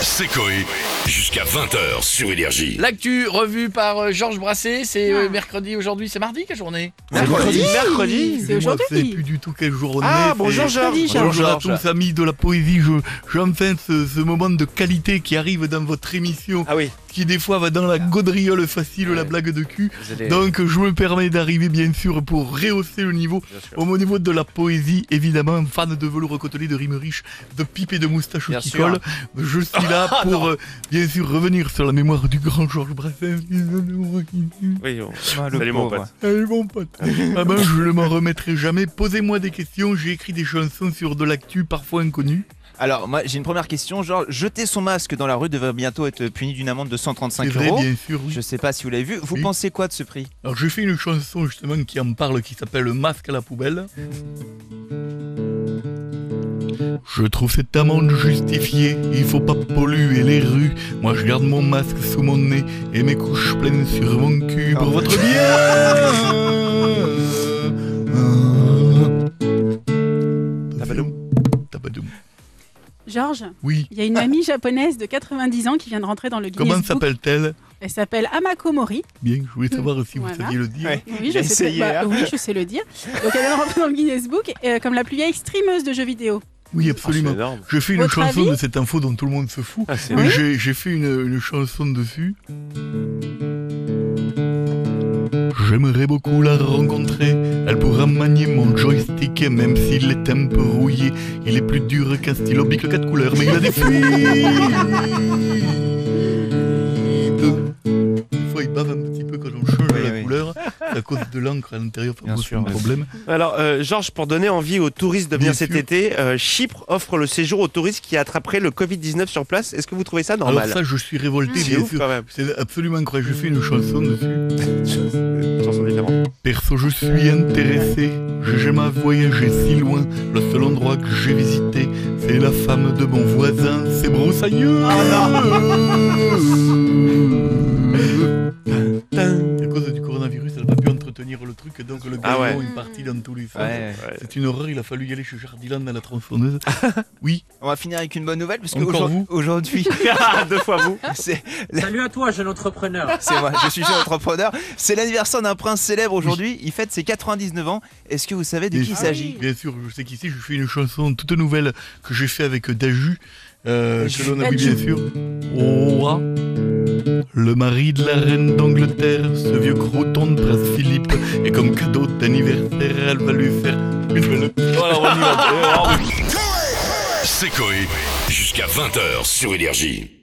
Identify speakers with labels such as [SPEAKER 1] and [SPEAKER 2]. [SPEAKER 1] C'est Coé. Jusqu'à 20h sur Énergie.
[SPEAKER 2] L'actu revue par euh, Georges Brassé, c'est euh, mercredi aujourd'hui, c'est mardi quelle journée
[SPEAKER 3] Ah,
[SPEAKER 4] Mercredi
[SPEAKER 3] Mercredi
[SPEAKER 4] C'est
[SPEAKER 3] aujourd'hui.
[SPEAKER 4] C'est plus du tout quelle journée.
[SPEAKER 3] Ah,
[SPEAKER 4] c'est-
[SPEAKER 3] bonjour Georges.
[SPEAKER 4] Bonjour, à tous, amis de la poésie. Je, j'ai enfin ce, ce moment de qualité qui arrive dans votre émission,
[SPEAKER 3] Ah oui,
[SPEAKER 4] qui des fois va dans la gaudriole facile, la blague de cul.
[SPEAKER 3] vous allez.
[SPEAKER 4] Donc, je me permets d'arriver, bien sûr, pour rehausser le niveau.
[SPEAKER 3] Bien sûr.
[SPEAKER 4] Au niveau de la poésie, évidemment, fan de velours côtelé, de rimes riches, de pipe et de moustaches
[SPEAKER 3] Bien
[SPEAKER 4] qui
[SPEAKER 3] sûr. Ah,
[SPEAKER 4] collent, je suis là pour, euh, bien sûr, revenir sur la mémoire du grand Georges Brassens.
[SPEAKER 3] Oui, on- Salut mon pote.
[SPEAKER 4] Allez mon pote. Ah ben je ne m'en remettrai jamais. Posez-moi des questions. J'ai écrit des chansons sur de l'actu parfois inconnue.
[SPEAKER 5] Alors, moi, j'ai une première question. Genre, jeter son masque dans la rue devrait bientôt être puni d'une amende de
[SPEAKER 4] C'est
[SPEAKER 5] 135
[SPEAKER 4] vrai
[SPEAKER 5] euros.
[SPEAKER 4] bien sûr. oui.
[SPEAKER 5] Je sais pas si vous l'avez vu. Vous
[SPEAKER 4] Oui.
[SPEAKER 5] pensez quoi de ce prix
[SPEAKER 4] Alors j'ai fait une chanson justement qui en parle qui s'appelle Masque à la poubelle. Je trouve cette amende justifiée, il faut pas polluer les rues. Moi je garde mon masque sous mon nez et mes couches pleines sur mon cul pour
[SPEAKER 5] Ah.
[SPEAKER 4] votre bien.
[SPEAKER 3] Tabadoum.
[SPEAKER 4] Tabadoum.
[SPEAKER 6] Georges,
[SPEAKER 4] Oui.
[SPEAKER 6] il y a une mamie japonaise de 90 ans qui vient de rentrer dans le Guinness
[SPEAKER 4] Comment
[SPEAKER 6] Book.
[SPEAKER 4] s'appelle-t-elle
[SPEAKER 6] Elle s'appelle Amako Mori.
[SPEAKER 4] Bien, je voulais savoir si vous
[SPEAKER 6] Hmm. Voilà.
[SPEAKER 4] saviez le dire.
[SPEAKER 5] Ouais.
[SPEAKER 6] Oui,
[SPEAKER 5] Il a
[SPEAKER 6] je sais,
[SPEAKER 5] essayé,
[SPEAKER 6] bah,
[SPEAKER 5] hein.
[SPEAKER 6] oui, je sais le dire. Donc elle est rentrée dans le Guinness Book euh, comme la plus vieille streameuse de jeux vidéo.
[SPEAKER 4] Oui,
[SPEAKER 3] Ah, c'est
[SPEAKER 4] absolument.
[SPEAKER 3] énorme.
[SPEAKER 4] Je fais une
[SPEAKER 6] Votre
[SPEAKER 4] chanson
[SPEAKER 6] avis
[SPEAKER 4] de cette info dont tout le monde se fout.
[SPEAKER 3] Ah, c'est
[SPEAKER 4] Mais
[SPEAKER 3] énorme.
[SPEAKER 4] J'ai j'ai fait une, une chanson dessus. J'aimerais beaucoup la rencontrer. Elle pourra manier mon joystick, même s'il est un peu rouillé. Il est plus dur qu'un stylo bic 4 couleurs, mais il a des fuites. Des fois, il bave un petit peu quand on change
[SPEAKER 5] Oui,
[SPEAKER 4] la
[SPEAKER 5] oui.
[SPEAKER 4] couleur. C'est à cause de l'encre à l'intérieur,
[SPEAKER 5] Bien
[SPEAKER 4] c'est
[SPEAKER 5] sûr,
[SPEAKER 4] un
[SPEAKER 5] oui.
[SPEAKER 4] problème.
[SPEAKER 3] Alors, euh, Georges, pour donner envie aux touristes de venir
[SPEAKER 4] Bien
[SPEAKER 3] cet
[SPEAKER 4] sûr.
[SPEAKER 3] été, euh, Chypre offre le séjour aux touristes qui attraperaient le Covid-19 sur place. Est-ce que vous trouvez ça
[SPEAKER 4] Alors
[SPEAKER 3] normal
[SPEAKER 4] ça, je suis révolté,
[SPEAKER 3] C'est
[SPEAKER 4] bien
[SPEAKER 3] ouf
[SPEAKER 4] sûr.
[SPEAKER 3] quand même.
[SPEAKER 4] C'est absolument incroyable. Je fais une chanson dessus.
[SPEAKER 3] Une chanson différente.
[SPEAKER 4] Perso, je suis intéressé. J'ai jamais voyagé si loin. Le seul endroit que j'ai visité, c'est la femme de mon voisin. C'est broussailleux.
[SPEAKER 3] Ah
[SPEAKER 4] à cause du coronavirus, elle n'a pas pu entretenir le truc, donc le
[SPEAKER 3] Ah
[SPEAKER 4] gars
[SPEAKER 3] ouais.
[SPEAKER 4] est parti dans tous les sens.
[SPEAKER 5] Ah, bah, Ouais.
[SPEAKER 3] Ouais.
[SPEAKER 4] C'est une horreur, il a fallu y aller chez Jardiland à la tronçonneuse.
[SPEAKER 5] On va finir avec une bonne nouvelle parce que
[SPEAKER 4] Encore
[SPEAKER 5] aujourd-
[SPEAKER 4] vous
[SPEAKER 5] aujourd'hui,
[SPEAKER 3] Ah, Deux fois vous.
[SPEAKER 4] Bah,
[SPEAKER 5] c'est
[SPEAKER 7] Salut à toi, jeune entrepreneur.
[SPEAKER 5] c'est moi, je suis jeune entrepreneur. C'est l'anniversaire d'un prince célèbre aujourd'hui. Il fête ses 99 ans. Est-ce que vous savez de
[SPEAKER 4] Bien
[SPEAKER 5] qui il
[SPEAKER 4] sûr.
[SPEAKER 5] s'agit
[SPEAKER 4] Bien sûr, je sais qu'ici, je fais une chanson toute nouvelle que j'ai fait avec Daju. Euh, je
[SPEAKER 5] Daju.
[SPEAKER 4] donne à oui, bien sûr. Oh, ah. Le mari de la reine d'Angleterre, ce vieux croton de Prince Philippe, et comme cadeau d'anniversaire, elle va lui faire une belle. Voilà, on y va.
[SPEAKER 1] C'est Coé. Jusqu'à 20h sur Énergie.